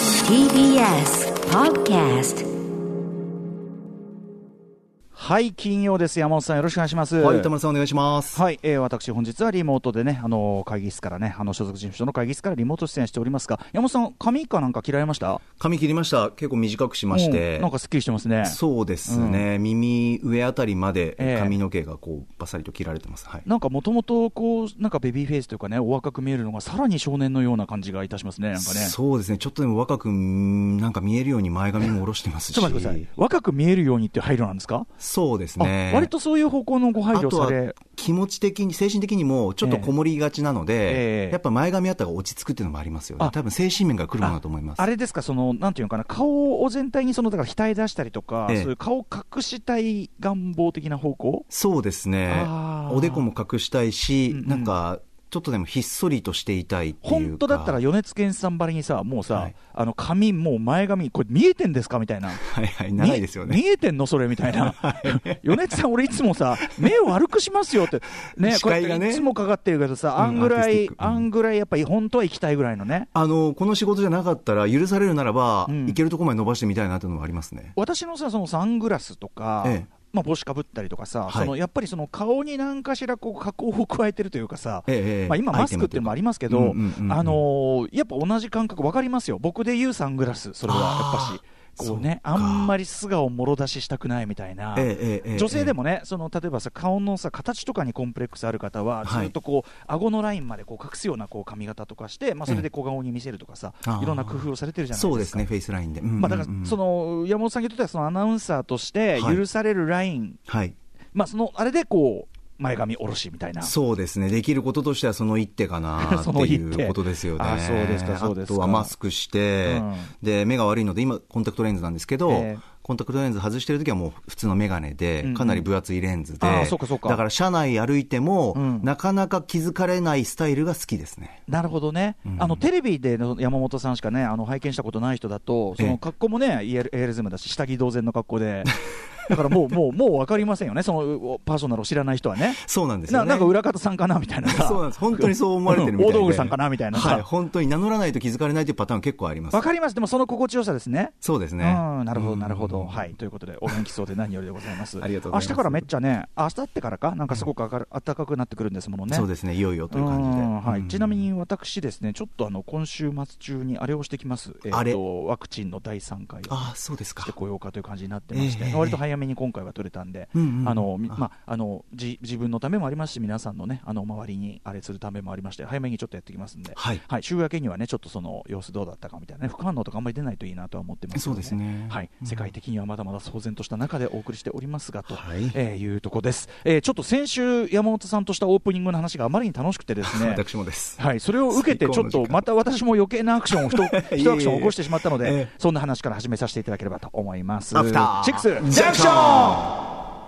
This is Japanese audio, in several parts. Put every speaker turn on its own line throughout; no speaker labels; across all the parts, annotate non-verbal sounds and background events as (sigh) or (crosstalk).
TBS Podcast
はい、金曜です。山本さん、よろしくお願いします。
はい、田村さんお願いします。
はい、えー私、本日はリモートでね、あのー会議室からね、あの所属事務所の会議室からリモート出演しておりますが、山本さん、髪かなんか切られました
髪切りました。結構短くしまして。
うんなんかすっきりしてますね。
そうですね、耳上あたりまで
ええ
髪の毛がこうバサリと切られてます。はい。
なんかもともと、こう、なんかベビーフェイスというかね、お若く見えるのが、さらに少年のような感じがいたしますね、なんかね。
そうですね。ちょっとでも若くうんなんか見えるように前髪も下ろしてますし。
ちょっと待ってください。若く見えるようにっていう配慮なんですか、
そうですね。
あ割とそういう方向のご配
あ
慮
と
さ
は
れ。
気持ち的に、精神的にもちょっとこもりがちなの
え
で、
え
やっぱ前髪あった方が落ち着くっていうのもありますよね
あ。
多分精神面が来るものだと思います
あ。れですか、そのなんていうのかな、顔を全体にそのだから額出したりとか、
ええ
そういう顔を隠したい願望的な方向
そうですね
あ。ー
おでこも隠したいし、
うんうん
なんか、ちょっとでもひっそりとしていたいっていうか。
本当だったら、米津玄師さんばりにさ、もうさ、
はい
あの髪、もう前髪、これ見えてんですかみたいな、
はいはい、 (laughs) 長いですよ
見
ね。
見えてんの、それみたい
(laughs)
な、米津さん、俺、いつもさ、目を悪くしますよって、ね、
(laughs) 視界がね
こうやっていつもかかってるけどさ、
うん
あんぐら
アーティ
い
スティッ、クうん
あんぐらい、やっぱり本当は行きたいぐらいのね。
あの、この仕事じゃなかったら、許されるならば、
うん
いけるとこまで伸ばしてみたいなというのもありますね。
私のさそのサングラスとか、
ええ
まあ、帽子かぶったりとかさ、
はい
そのやっぱりその顔に何かしらこう加工を加えてるというかさ、
ええええ
まあ、今、マスクっていうのもありますけど、
アイテムというか
あのーやっぱ同じ感覚、分かりますよ、僕で言うサングラス、それはやっぱし。
あー
こうね、
そ
あ
うか
んまり素顔もろ出ししたくないみたいな、
ええええええ
女性でもね、その例えばさ顔のさ形とかにコンプレックスある方は、
はい
ずっとこう顎のラインまでこう隠すようなこう髪型とかして、まあ、それで小顔に見せるとかさ、
あー
いろんな工夫をされてるじゃないですか。
そうですね、フェイスラインで。
まあ、だから
うんうんうん
そ、の山本さんにとってはそのアナウンサーとして
はい
許されるライン、
はい。
まあ、そのあれでこう前髪下ろしみたいな。
そうですね、できることとしてはその一手
(laughs)
かなって
その一手
いうことですよね。
あそうですかそうですか
あとはマスクして、
うん
で目が悪いので、今、コンタクトレンズなんですけど、
ええ
コンタクトレンズ外してる時はもう普通の眼鏡
うんうん
で、かなり分厚いレンズで、
あそうかそうか
だから車内歩いても、
うん
なかなか気づかれないスタイルが好きですね。
なるほどね、
うん
あのテレビでの山本さんしかねあの拝見したことない人だと、そ
え
の
え
格好もね、イエルエールズムだし、下着同然の格好で、だから
(laughs)
もう、もう、もう分かりませんよね、そのパーソナルを知らない人はね、
そうなんですよ
な
ね。
なんか裏方さんかなみたいなさ、
そうなんです。本当にそう思われてるみたいで。
うん大道具さんかなみたいなさ
はい。本当に名乗らないと気づかれないというパターン結構あります
分。かります、でもその心地よさですね。
そうですね。
うん、なるほど、なるほ
う
ど。
ん
はい。ということで、お元気そうで何よりでございます。
(laughs) ありがとうございます
明日からめっちゃね、明後日からか、なんかすごく明る暖かくなってくるんですものね。
そうですね。いよいよという感じ
う
で。
んは
う
い、
ん
ちなみに私ですね、ちょっとあの今週末中にあれをしてきます。えーと
あれ
ワクチンの第3回を
ああ、そうですか
して。こようかという感じになってまして、
ええ
割と早めに今回は取れたんで、
うんうん
あのみ
あ
まあのじ自分のためもありますし、皆さんのね、あの周りにあれするためもありまして、早めにちょっとやってきますんで、
はい
週明けにはね、ちょっとその様子どうだったかみたいなね、副反応とかあんまり出ないといいなとは思ってますけど、
そうですね
はい、
うん
世界的にはまだまだ騒然とした中でお送りしておりますがと、
はい
えーいうとこです、えーちょっと先週、山本さんとしたオープニングの話があまりに楽しくてですね。
(laughs) 私もです。
はい、それを受けて、ちょっとまた私も余計なアクションを
(laughs)
一一アクションを起こしてしまったの
え
で
え、
そんな話から始めさせていただければと思います。
アフター
シックス
ジャンクション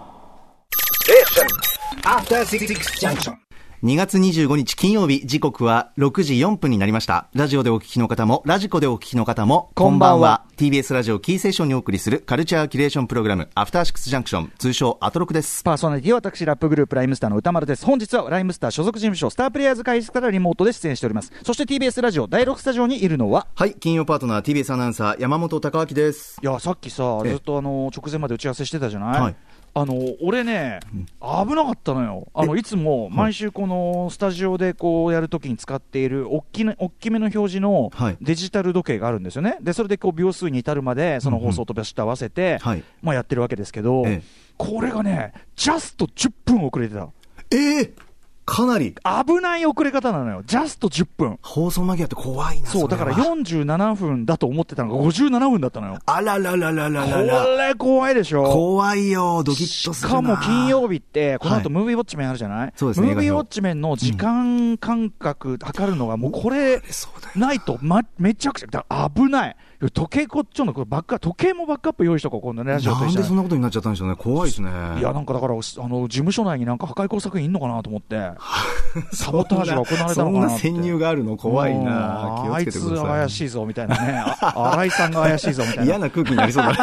2月25日金曜日時刻は6時4分になりました。ラジオでお聞きの方も、ラジコでお聞きの方も、
こんばんは。
TBS ラジオキーセーションにお送りするカルチャーキュレーションプログラム、アフターシックスジャンクション、通称アトロクです。
パーソナリティは私、ラップグループ、ライムスターの歌丸です。本日は、ライムスター所属事務所、スタープレイヤーズ会室からリモートで出演しております。そして TBS ラジオ、第6スタジオにいるのは、
はい、金曜パートナー TBS アナウンサー山本隆明です。
いや、さっきさ、
ええ
ずっとあの直前まで打ち合わせしてたじゃない、
はい
あの俺ね、危なかったのよ、あのいつも毎週、このスタジオでこうやるときに使っている大きな大きめの表示の
はい
デジタル時計があるんですよね、でそれでこう秒数に至るまで、その放送とバシッと合わせて、
はい
まあ、やってるわけですけど、
ええ
これがね、ジャスト10分遅れてた。
ええかなり、
危ない遅れ方なのよ、ジャスト10分、
放送間際って怖いな。
そう、
れ
だ
は
から47分だと思ってたのが、57分だったのよ、
あららららら
こ
らら。
れ怖いでしょ。
怖いよ、ドキッと
し
するな。
かも金曜日って、この
はい
後ムービーウォッチメンあるじゃない、
そうですね
ムービ
映
ー
画
ウォ
表
ッチメンの時間間隔測るのが、もうこれ、
そうだよ。
ないと、ま、めちゃくちゃ、だから危ない、時計こっちのこれバックア時計もバックアップ用意しとこう今度ねラジオと
なん
一緒
で
に
そんなことになっちゃったんでしょうね。怖いですね。
いや、なんかだから、すあの事務所内になんか破壊工作員いんのかなと思
(laughs)
って、サボタージュが行われたのかなって。
そんな潜入があるの怖いな
うん
気をつけてください。
あいつ怪しいぞみたいなね、あ新井さんが怪しいぞみたい
嫌
な、
な空気になりそうだ。
(laughs)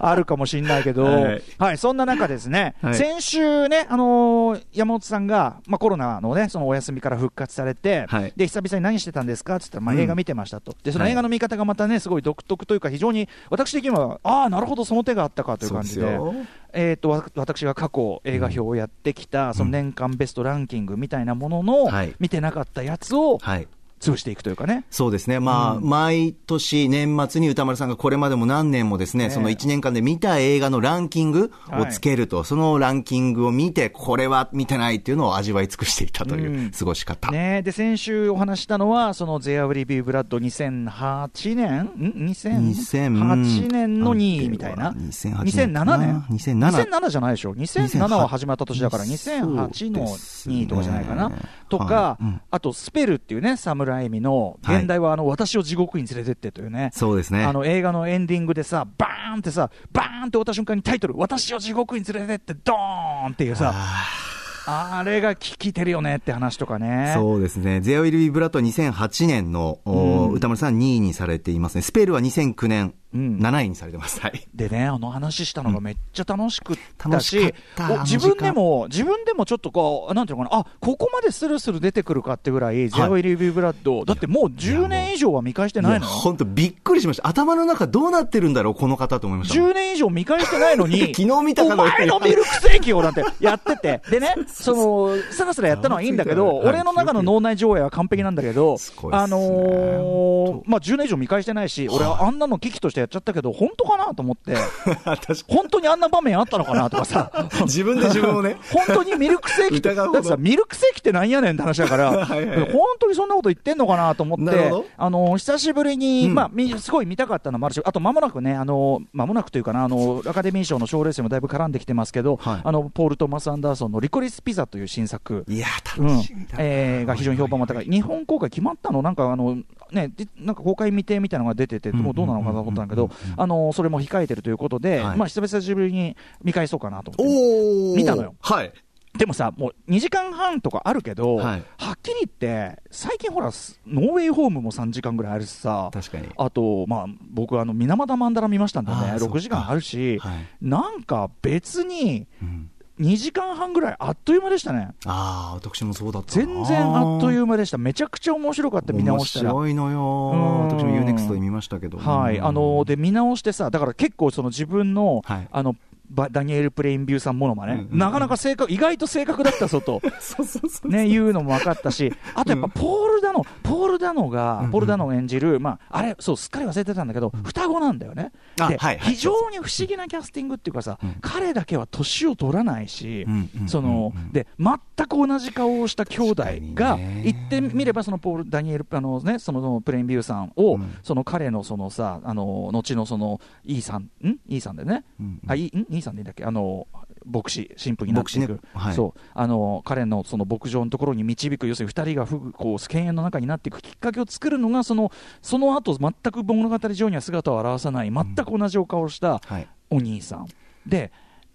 あるかもしれないけど、
は
はいい、そんな中ですね、
はい
先週ね、あのー山本さんが、まあ、コロナのね、そのお休みから復活されて、
はい
で、久々に何してたんですかって言ったら、まあ、
うん
映画見てましたと。で、その
はい
映画の見方がまたね、すごい独特というか、非常に、私的には、ああ、なるほど、 (laughs) その手があったかという
そう
感
で
じ
す
で。
よ。
えー、とわ私が過去、映画表をやってきた、その年間ベストランキングみたいなものの、
はい
見てなかったやつを
はい。
潰していくというかね、
そうですね、まあ、毎年、年末に歌丸さんがこれまでも何年もですね、
ねえ
その1年間で見た映画のランキングをつけると、そのランキングを見て、これは見てないっていうのを味わい尽くしていたといううん過ごし方。
ね、で先週お話ししたのは、その There Will Be Blood 2008年、ん2008年の2位みたいな、
2008
2007年、
2007
2007じゃないでしょ、2007は始まった年だから、2008の2位とかじゃないかな、
そうですね
と
は
か、
いうん
あとスペルっていうね、サムライミの、
はい
現代はあの私を地獄に連れてってというね。
そうですね。
あの映画のエンディングでさ、バーンってさ、バーンって終わった瞬間にタイトル、私を地獄に連れてって、ドーンっていうさ、あれが効きてるよねって話とかね。
そうですね。ゼオイルビブラットは2008年の、お歌丸さん2位にされていますね。スペルは2009年、
うん
7位にされてます。はい。
でね、あの話したのがめっちゃ楽しくった
楽
し、
しかった
お自分でも、自分でもちょっとこう、なんていうのかな、あここまでスルスル出てくるかってぐらい、ゼロイリビブラッド、だってもう10年以上は見返してないの
本当びっくりしました。頭の中どうなってるんだろう、この方と思いました。
10年以上見返してないのに、
(laughs) 昨日見たか
お
のように
前のミルクセーキをなんてやってて、
(laughs)
でね、その、さらさらやったのはいいんだけど、
はい
俺の中の脳内上映は完璧なんだけど
すご、いっすね
あのー、まあ、10年以上見返してないし、俺はあんなの危機としてやっちゃったけど、本当かなと思って、
(laughs) 確かに
本当にあんな場面あったのかなとか
(laughs)
さ、。
(laughs) 自分で自分をね
本当にミルクセーキって、
疑う
だ
ほ
っ
ど
てさ、ミルクセーキってなんやねんって話だから、
(laughs) はいはいはい
本当にそんなこと言ってんのかなと思っ
なるほ
て
ど、
あの、久しぶりに、
うん
まあ、みすごい見たかったのもあるし、あと間もなくね、あの、間もなくというかな、あの、アカデミー賞の賞レースにもだいぶ絡んできてますけど、
はい
あの、ポール・トーマス・アンダーソンのリコリス・ピザ (laughs) という新作。
いやー、
うん
楽しみだ、な
えーが非常に評判も高い、日本公開決まったの、なんかあの、ね、でなんか公開未定みたいなのが出てて、
ん
もうどうなのかなと思ったんだけど、あのそれも控えてるということで、
はい
まあ、久々ぶりに見返そうかなと思って、
おー
見たのよ
はい。
でもさ、もう2時間半とかあるけど、
は
はいっきり言って、最近ほら、すノーウェイホームも3時間ぐらいあるしさ、
確かに。
あと、まあ、僕、あの水俣曼荼羅見ましたんでね
あー、そっか
6時間あるし、
はい
なんか別に
うん
2時間半ぐらいあっという間でしたね。
ああ、私もそうだったな。
全然あっという間でした、めちゃくちゃ面白かった、見直したら。
面白いのよ。
うん
私も UNEXT で見ましたけど。
はい、あので見直してさ、だから結構、その自分の,、
はい
あのばダニエル・プレインビューさんものまね、
うんうんうん
なかなか正確意外と正確だったぞと、
そうそうそう。
(laughs) ね、いうのも分かったし、あとやっぱポール・ダノ、ポール・ダノ
うんう
が
ん、
ポール・ダノを演じる、まあ、あれ、そう、すっかり忘れてたんだけど、双子なんだよね。
あ
で
はいはい
非常に不思議なキャスティングっていうかさ
うん、
彼だけは年を取らないし
うんうんうんうん、
その、で、全く同じ顔をした兄弟
確か
が
にね、
言ってみれば、そのポール・ダニエル、あのね、そのそのプレインビューさん
う
を
ん、
その彼のそのさ、あの、後のその、イーさん、んイーさんでね、
うん
あ、イーんイーさんでいいんだっけあの、牧師、神父になってい
牧
く
師ねはい。
そうあの彼のその牧場のところに導く、要するに2人がふぐこう犬猿の中になっていくきっかけを作るのが、そのその後全く物語上には姿を現さない、全く同じお顔をした
はい。
お兄さん。で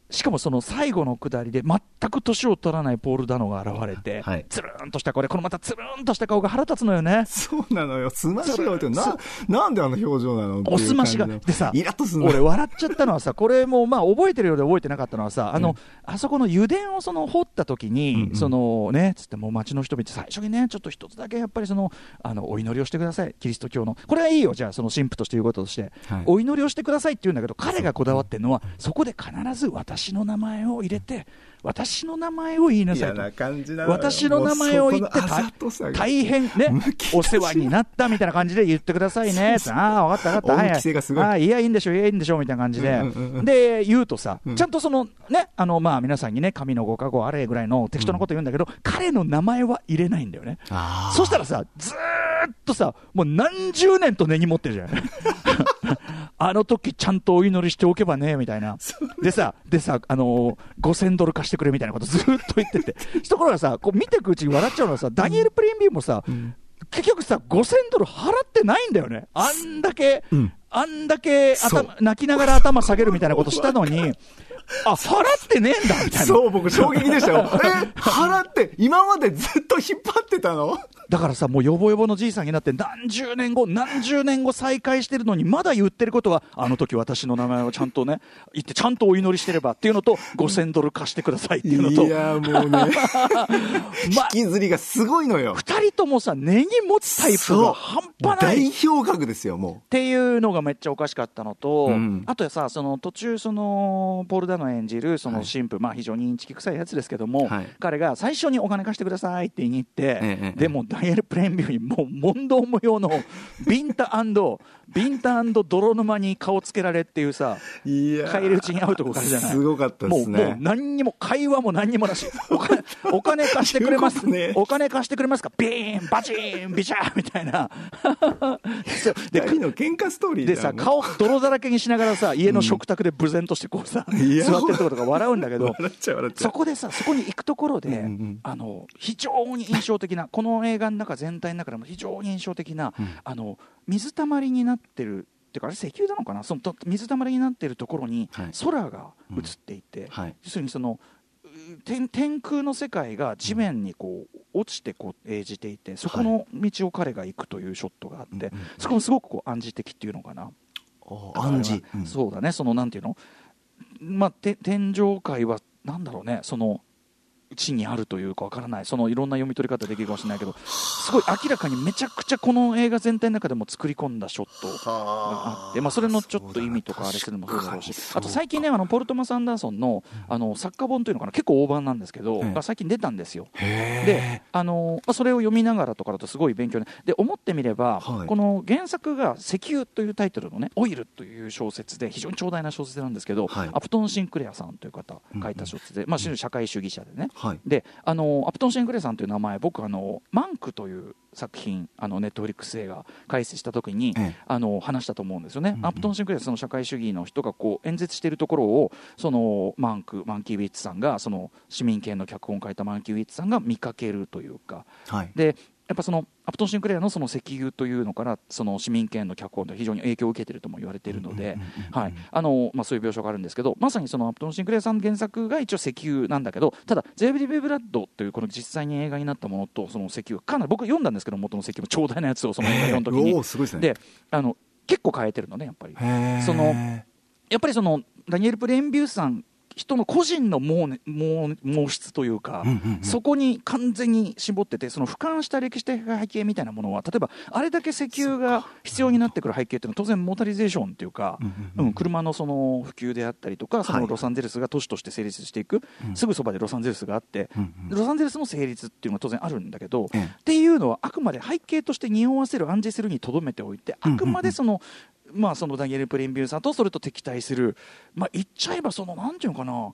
しかもその最後の下りで全く年を取らないポール・ダノが現れて、
はい
つるんとした顔で、このまたつるんとした顔が腹立つのよね。
そうなのよ。すましよって、な、なんであの表情なのっていう
おすましが。
感じの
でさ
イラッとするの
俺笑っちゃったのはさ、これもまあ覚えてるようで覚えてなかったのはさ、あの、あそこの油田をその掘った時に、
うんうん
そのね、つってもう街の人々、最初にね、ちょっと一つだけやっぱりその、あの、お祈りをしてください。キリスト教の。これはいいよ、じゃあその神父としていうこととして。
はい
お祈りをしてくださいって言うんだけど、彼がこだわってるのは、そこで必ず私の名前を入れて、私の名前を言いなさい
嫌
と。
な感じなのよ
私の名前を言って
もうそこのあざとさ
大
が
大変ね
むき出し、な
お世話になったみたいな感じで言ってくださいね、ああ、分かった分かった、はい
恩着せがすごい
ああいや、いいんでしょう、いや、いいんでしょうみたいな感じで、
うんうんうん
で、言うとさ、
うん
ちゃんとそのね、あのまあ皆さんにね、神のご加護あれぐらいの適当なこと言うんだけど、彼の名前は入れないんだよね。
あー
そしたらさ、ずーっとさ、もう何十年と根に持ってるじゃ
(laughs)
ん。あの時ちゃんとお祈りしておけばね、みたいな。でさ、でさ、あのー、5000ドル貸してくれみたいなことずーっと言ってて。ところがさ、こう見てくうちに笑っちゃうのはさ、ダニエル・プリンビーもさ、結局さ、5000ドル払ってないんだよね。あんだけ、
うん
あんだけ
そう
頭泣きながら頭下げるみたいなことしたの
(laughs)
に、あ、払ってねえんだ、みたいな。
そう、僕衝撃でし
(laughs)
たよ。え払って、今までずっと引っ張ってたの
だからさ、もうよぼよぼのじいさんになって、何十年後、何十年後再会してるのに、まだ言ってることが、あの時私の名前をちゃんとね、言って、ちゃんとお祈りしてればっていうのと、5000ドル貸してくださいっていうのと、ま
や、もうね、
あ、
引きずりがすごいのよ。
2人ともさ、根に持つタイプが半端ない。
そう代表格ですよ、も
っていうのがめっちゃおかしかったのと、
うん
あとはさその途中そのポール・ダノ演じるその
はい
神父、まあ非常にインチキ臭いやつですけども、
はい
彼が最初にお金貸してくださいって言いに行って、
ええ
でもダイヤル・プレインビューにもう問答無
(laughs)
用のビンタビンタ泥沼に顔つけられっていうさ
う。い
帰り討ちに会うとこからじゃない
すごかったです
もうもう
ね。
何にも会話も何にもなしお
(laughs)
金お金貸してくれます
言うことね
お金貸してくれますかビーンバチーンビシャーみたいな (laughs) そうで
二人の喧嘩ストーリー
で
だ
さ
もう
顔泥だらけにしながらさ家の食卓で無然としてこうさ、
いや
座ってるとことか笑うんだ
(laughs)
けど
笑っちゃう笑っちゃ。
そうこでさそこに行くところで、
んうん
あの非常に印象的なこの映画の中全体の中でも非常に印象的な、あの水たまりになってるっていうかあれ石油なのかなそのと水たまりになってるところに
はい
空が映っていて、
はい。
要するにそのう天天空の世界が地面にこう落ちてこう映じていてそこの道を彼が行くというショットがあって、
うんうん
そこもすごくこう暗示的っていうのかな。
お
だから
暗示。うん
そうだねそのなんていうのまあて天上界はなんだろうねその地にあるというかわからないそのいろんな読み取り方できるかもしれないけどすごい明らかにめちゃくちゃこの映画全体の中でも作り込んだショットがあってまあ、それのちょっと意味とかあれするのもそうだろうしあと最近ねあのポルトマス・アンダーソンのあの作家本というのかな結構大判なんですけど、
ええ
が最近出たんですよ。
へ
で、あのまあ、それを読みながらとかだとすごい勉強にで思ってみれば、
はい
この原作が「石油」というタイトルのね「オイル」という小説で非常に長大な小説なんですけど、
はい
アプトン・シンクレアさんという方書いた小説で、まあ、社会主義者でね、
はい。
であのアプトン・シンクレアさんという名前僕あのマンクという作品あのネットフリックス映画解説した時に、
ええ
あの話したと思うんですよね、
んうん
アプトン・シンクレアその社会主義の人がこう演説しているところをそのマンクマンキーウィッツさんがその市民権の脚本を書いたマンキーウィッツさんが見かけるというか
はい。
でやっぱそのアプトン・シンクレアのその石油というのからその市民権の脚本で非常に影響を受けているとも言われているので。はいあのまあ、そういう描写があるんですけどまさにそのアプトン・シンクレアさん原作が一応石油なんだけどただゼビリベ・ブラッドというこの実際に映画になったものとその石油かなり僕読んだんですけど元の石油も長大なやつをその映画読
へ
む時
ーお
に
ーすごいですね。
であの結構変えてるのねやっぱり
へー
そのやっぱりそのダニエル・プレーンビューさん人の個人の毛,、ね、毛毛質というか、
うんうんうん
そこに完全に絞っててその俯瞰した歴史的背景みたいなものは例えばあれだけ石油が必要になってくる背景っていうのは当然モータリゼーションっていうか、
うんうんうん
うん車のその普及であったりとかそ
は
の
い
ロサンゼルスが都市として成立していく、
うん
すぐそばでロサンゼルスがあって、
うんうん
ロサンゼルスの成立っていうのは当然あるんだけど、
ええ
っていうのはあくまで背景として匂わせる暗示するにとどめておいてあ
うんうんうん
くまでその,、まあ、そのダニエル・プレインビューさんとそれと敵対する、まあ、言っちゃえばそのなんていうのかな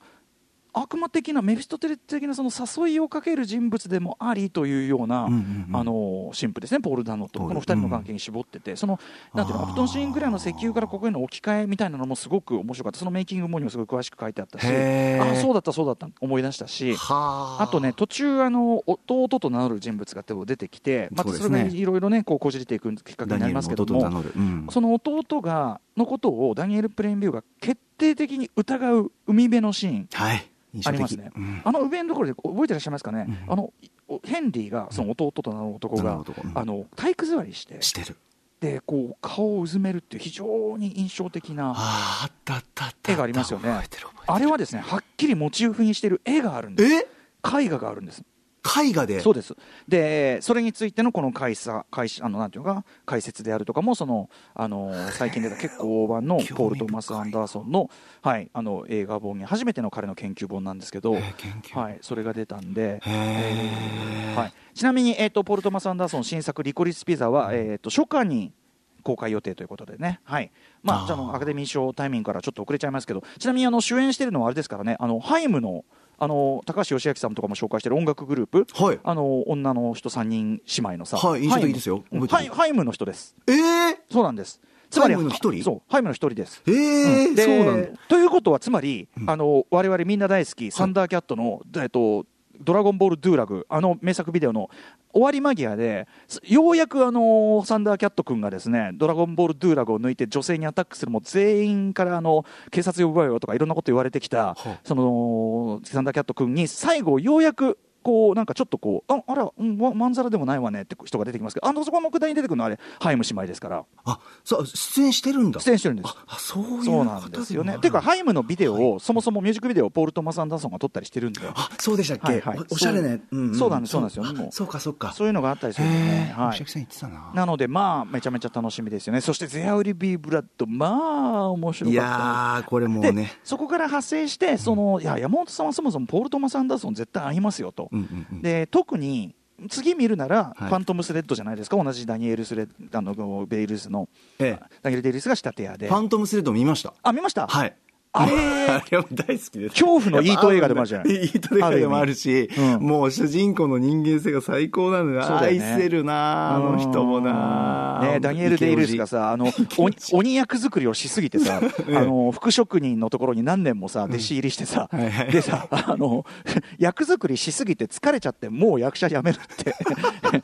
悪魔的なメフィストテレ的なその誘いをかける人物でもありというような、
うんうんうん
あの神父ですねポール・ダノと
ポー
こ
ル
の2人の関係に絞ってて、そのなんていうの
あー
アプトンシーンぐらいの石油からここへの置き換えみたいなのもすごく面白かったそのメイキングもにもすごい詳しく書いてあったし
へー
あそうだったそうだった思い出したし。
は
あとね、途中あの、弟と名乗る人物が出てきて、また
そうで
そ
す
れ
ね
がいろいろね、こうこじれていくきっかけに
ダニ
なり
エル
ま
の
すけど
弟と名
も、
乗る。うん
その弟がのことをダニエル・プレインビューが決定的に疑う海辺のシーン、
はい。印象
あ
的
りますね
うん
あの海辺のところで覚えてらっしゃいますかね、
うん
あのおヘンリーが、その弟と名乗る男
名
が、
乗る男うん
あの体育座りして、
してる。
でこう顔をうずめるっていう、非常に印象的な、
あーあったあったあった。
絵がありますよね
覚えてる覚えてる
あれはですね、はっきりモチーフにしている絵があるんです、
え
絵画があるんです。
絵画で
そうですでそれについてのこの解さ解しあのなんていうのか解説であるとかもそのあの最近出た結構大盤の
興味深い
ポール・トーマス・アンダーソンの,、はい、あの映画本に初めての彼の研究本なんですけど、
えー研究
はい、それが出たんで、
へえ
はい、ちなみに、えー、とポール・トーマス・アンダーソン新作「リコリス・ピザは」えー、と初夏に公開予定ということでね、はいまあ、
あー
じゃあのアカデミー賞タイミングからちょっと遅れちゃいますけどちなみにあの主演してるのはあれですからねあのハイムのあの高橋義明さんとかも紹介してる音楽グループ、
はい
あの女の人3人姉妹のさ、
はい印象的ですよ
ハイム
覚
ハ
えて
イ
る
ハイムの人です、
えー
そうなんです、つまり
ハイムの一人
そうハイムの一人です。
えー
で
そうなんだ。
ということは、つまり、あの我々みんな大好き、サンダーキャットの、えっと、ドラゴンボール・ドゥーラグ」あの名作ビデオの終わり間際ですようやく、あのサンダーキャット君がですね「ドラゴンボール・ドゥーラグ」を抜いて女性にアタックするも全員からあの警察呼ぶわよとかいろんなこと言われてきた、そのサンダーキャット君に最後ようやくこうなんかちょっとこうああら、うん、ままんざらでもないわねって人が出てきますけどあのそこのくだりに出てくるのはあれハイム姉妹ですから
あ、そう、出演してるんだ。
出演してるんです
あ、あそういう
そうなんですよね。て
て
いうか、ハイムのビデオを、そもそもミュージックビデオをポール・トーマス・アンダーソンが撮ったりしてるんで、
あ、そうでしたっけ、
はいはい
おおしゃれね。
そうそうなんですそうなんですよ
あ
もう
そうか、そうか。
そういうのがあったりするんでね
へ。ー
は
おしゃ
い
きさん言ってたな。
なので、まあ、めちゃめちゃ楽しみですよね。そして、ゼアウリ・ビー・ブラッド、まあ、面白
い
かった。
やー、これもう
で
ね。
そこから派生して、そのいや山本さんはそもそもポール・トーマス・アンダーソン絶対合いますよと、
うんうんうん
で特に次見るなら、
はい
ファントム・スレッドじゃないですか、同じダニエル・スレッあのベイルズの、
ええ
ダニエル・デイルズが仕立て屋で
ファ、ントムスレッド見ました。
あ見ました、
はい。
あれー
あれは大好きです。
恐怖のイート映画でもあるじゃない
やっぱイート映画でもあるし、
ある意味うん
もう主人公の人間性が最高なのよ
そうだよ
愛
ね
せるな、あの人もな。
ね、ダニエル・デイ・ルイス (laughs) がさ、あの鬼 (laughs) 鬼役作りをしすぎて (laughs) さ、あの副職人のところに何年もさ、弟子入りしてさ、
はいはい
でさあの、 (laughs) 役作りしすぎて疲れちゃって、もう役者辞めるって (laughs)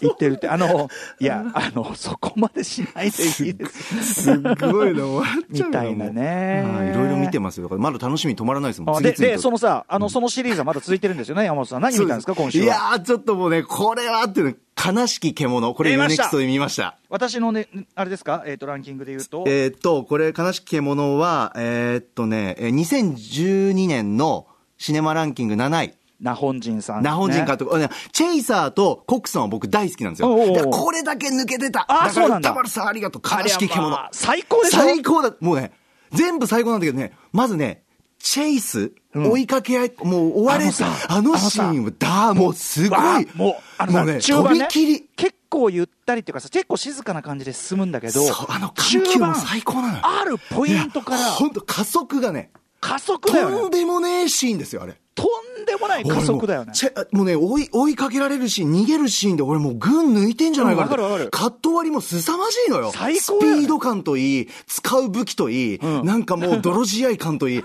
言ってるって、あのいやあの、そこまでしないでいいです。
すっごいの、笑っちゃうよ
みたいなね
もうはいいろいろ見てますよ。だからまだ楽しみ止まらないですも
あ
ん。
で
次々と
で、そのさ、あのそのシリーズはまだ続いてるんですよね、山本さん、何見たんですか、
そう
今週
いや
は。
ー、ちょっともうね、これはっていうの、悲しき獣。これ、
出
ユ
ま
ーネ
し
ク
た
ストで見ました。
私のね、あれですか、えー、とランキングで言うと、
えーっと、これ、悲しき獣は、えーっとね、えー2012年のシネマランキング7位。
ナホンジンさん、
ナホンジン監督、ね、チェイサーとコックさんは僕大好きなんです
おうおうお
よ。
う
だからこれだけ抜けてた。
あー
だか
そうな
ら
んだ
田丸さんありがとう。
あれは
悲しき獣
まあ。最高でしょ
最高だ。もうね、全部最高なんだけどね、まずね、チェイス、
うん
追いかけ合い、もう追われて
あのさ、
あのシーンは、だ、もうすごい
わあ。もう、あのさ
もうね、
中盤ね、
飛び切り。
結構ゆったりっていうかさ、結構静かな感じで進むんだけど、
そう、あの緩急も最高なのよ
中盤あるポイントから
いやほんと加速がね、
加速だ
と
よ
ん
ね。
でもねえシーンですよ、あれ。
とんでもない (laughs) 加速だよ
俺も
ね
う。チェもうね、追い、追いかけられるシーン、逃げるシーンで俺もう群抜いてんじゃないかなって
うんわかるわかる
カット割りも凄まじいのよ。
最高
ス
だよね
ピード感といい、使う武器といい、
ん
なんかもう泥仕合感と
(laughs)
いい。いや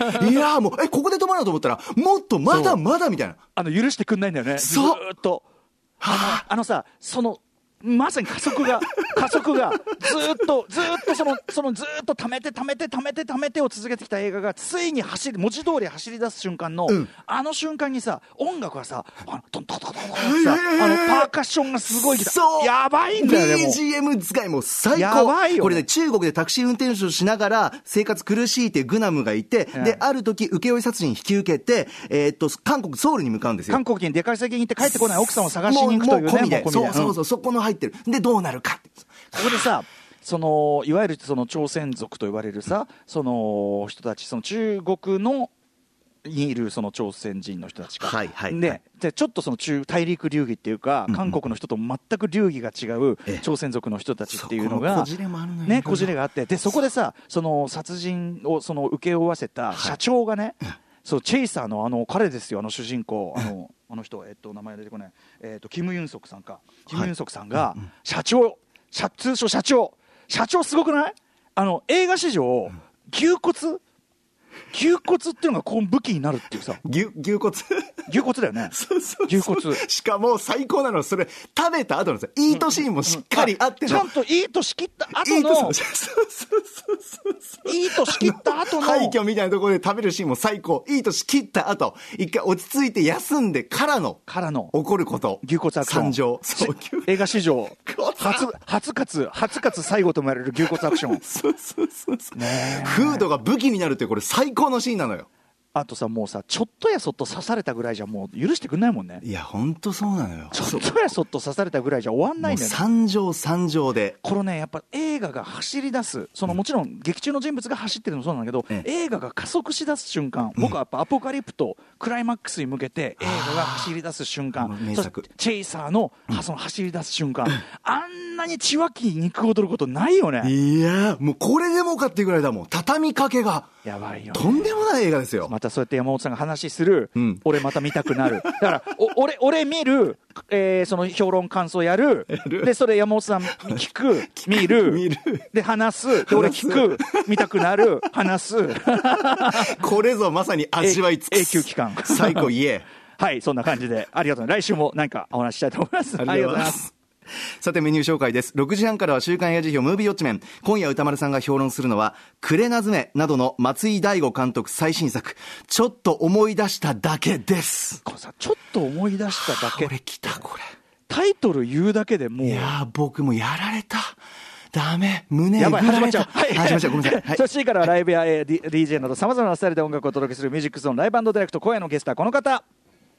ーもう、え、ここで止まるのと思ったら、もっとまだまだみたいな。
あの、許してくんないんだよね。ず
そう
ーっと。あの、あのさ、その、まさに加速
(laughs)
が、加速が、ずーっと、ずーっとその、そのずーっと溜めて溜めて溜めて溜めてを続けてきた映画が、ついに走り、文字通り走り出す瞬間の、
うん
あの瞬間にさ、音楽がさ、あの、トントントントントンってさ、
えー
あの、パーカッションがすごい来た
そう
やばいんだよね、もう。
BGM 使いもう最高。
やばいよね
これね、中国でタクシー運転手をしながら生活苦しいっていうグナムがいて、
うん
で、ある時、請負殺人引き受けて、えーっと、韓国、ソウルに向かうんですよ
韓。国に出稼ぎに行って帰ってこない奥さんを探しに行くというね、
もも込みで
もう込み
そうそううんそう、そこの入ってる。で、どうなるかって。
ここでさそのいわゆるその朝鮮族と言われるさその人たちその中国のにいるその朝鮮人の人たちか、
はいはいは
で
い
でちょっとその中大陸流儀っていうか、韓国の人と全く流儀が違う
ええ
朝鮮族の人たちっていうの
そこの
が
こじれもあるのよいろい
ね
ろ
こじれがあってでそこでさその殺人をその請け負わせた社長がね、そうチェイサーのあの彼ですよあの主人公あのあの人えっと名前出てこないえっとキムユンソクさんかキムユンソクさんが社長社通称社長社長すごくないあの映画史上牛骨牛骨っていうのがこう武器になるっていうさ
牛、牛骨。
牛骨だよね
そうそう
牛骨
しかも最高なのはそれ食べた後のさイートシーンもしっかりあって
ちゃ
の、
んといいと仕切った
イ
後
ートシーン
の
もそうそうそうそうそう
いいと仕切った後の
廃墟みたいなところで食べるシーンも最高イートし切った後一回落ち着いて休んでからの
からの
起こること
牛骨アクション
惨状そう
し
牛
映画史
(laughs)
上
骨
初初かつ初かつ最後とも言われる牛骨アクション
そうそうそうそうフードが武器になるってこれ最高のシーンなのよ
(laughs) あとさもうさちょっとやそっと刺されたぐらいじゃもう許してくんないもんね
いや本当そうなのよ
ちょっとやそっと刺されたぐらいじゃ終わんない
もう
だ
ん
よね
惨状惨状で
これねやっぱ映画が走り出すそのもちろん劇中の人物が走ってるのもそうなんだけど、
ええ
映画が加速しだす瞬間、僕はやっぱアポカリプトクライマックスに向けて映画が走り出す瞬
あ
間
ー名作
そしてチェイサーの,、その走り出す瞬間、あんなに血湧き肉躍ることないよね、
いやーもうこれでもかっていうぐらいだもん畳みかけが
やばいよね
とんでもない映画ですよ
またそうやって山本さんが話する、
うん
俺また見たくなるだからお俺俺見る、えーその評論感想やる
る
でそれ山本さん (laughs) 聞く見る
見る
で話すで俺
話す
聞く見たくなる話す
これぞまさに味わい尽くす
永久期間
最高いえ
はい、そんな感じで、ありがとうございます。来週もなんかお話ししたいと思い (laughs) ます。ありがとうございます。。
さてメニュー紹介です。6時半からは週刊映画辞表ムービーウォッチメン。今夜歌丸さんが評論するのは、クレナズメなどの松井大吾監督最新作、ちょっと思い出しただけです。
これさちょっと思い出しただ
こ
け
れ来た、これ。
タイトル言うだけでもう
いやー、僕もやられた。ダメ。胸
や
え
ばい、
ぐら
始まっ
れ
ち
た。
ゃう。はい、
始まっちゃう。ごめんなさい。
(laughs)
はい
そ。してからはライブやえー D- DJ などさまざまなスタイルで音楽をお届けするミュージックゾーンライブディレクト今夜のゲストはこの方。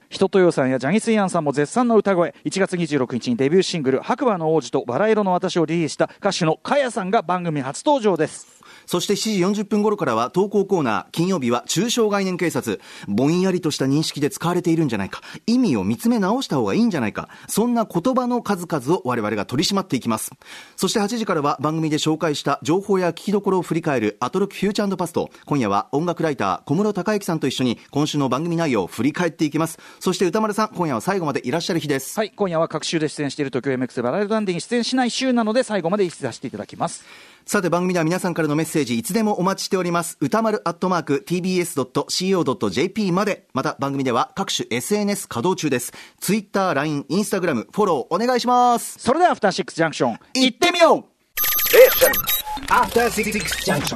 人とよさんやジャニス・イアンさんも絶賛の歌声1月26日にデビューシングル「白馬の王子とバラ色の私」をリリースした歌手のかやさんが番組初登場です
そして7時40分頃からは投稿コーナー、金曜日は中小概念警察。ぼんやりとした認識で使われているんじゃないか。意味を見つめ直した方がいいんじゃないか。そんな言葉の数々を我々が取り締まっていきます。そして8時からは番組で紹介した情報や聞きどころを振り返るアトロックフューチャーパスト。今夜は音楽ライター小室孝之さんと一緒に今週の番組内容を振り返っていきます。そして歌丸さん、今夜は最後までいらっしゃる日です。
はい今夜は各週で出演している東京 MX バラ色ダンディに出演しない週なので最後まで出演させていただきます
さて番組では皆さんからのメッセージいつでもお待ちしております歌丸アットマーク tbs.co.jp までまた番組では各種 SNS 稼働中です TwitterLINE インスタグラムフォローお願いします
それではアフターシックスジャンクション
行ってみよ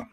う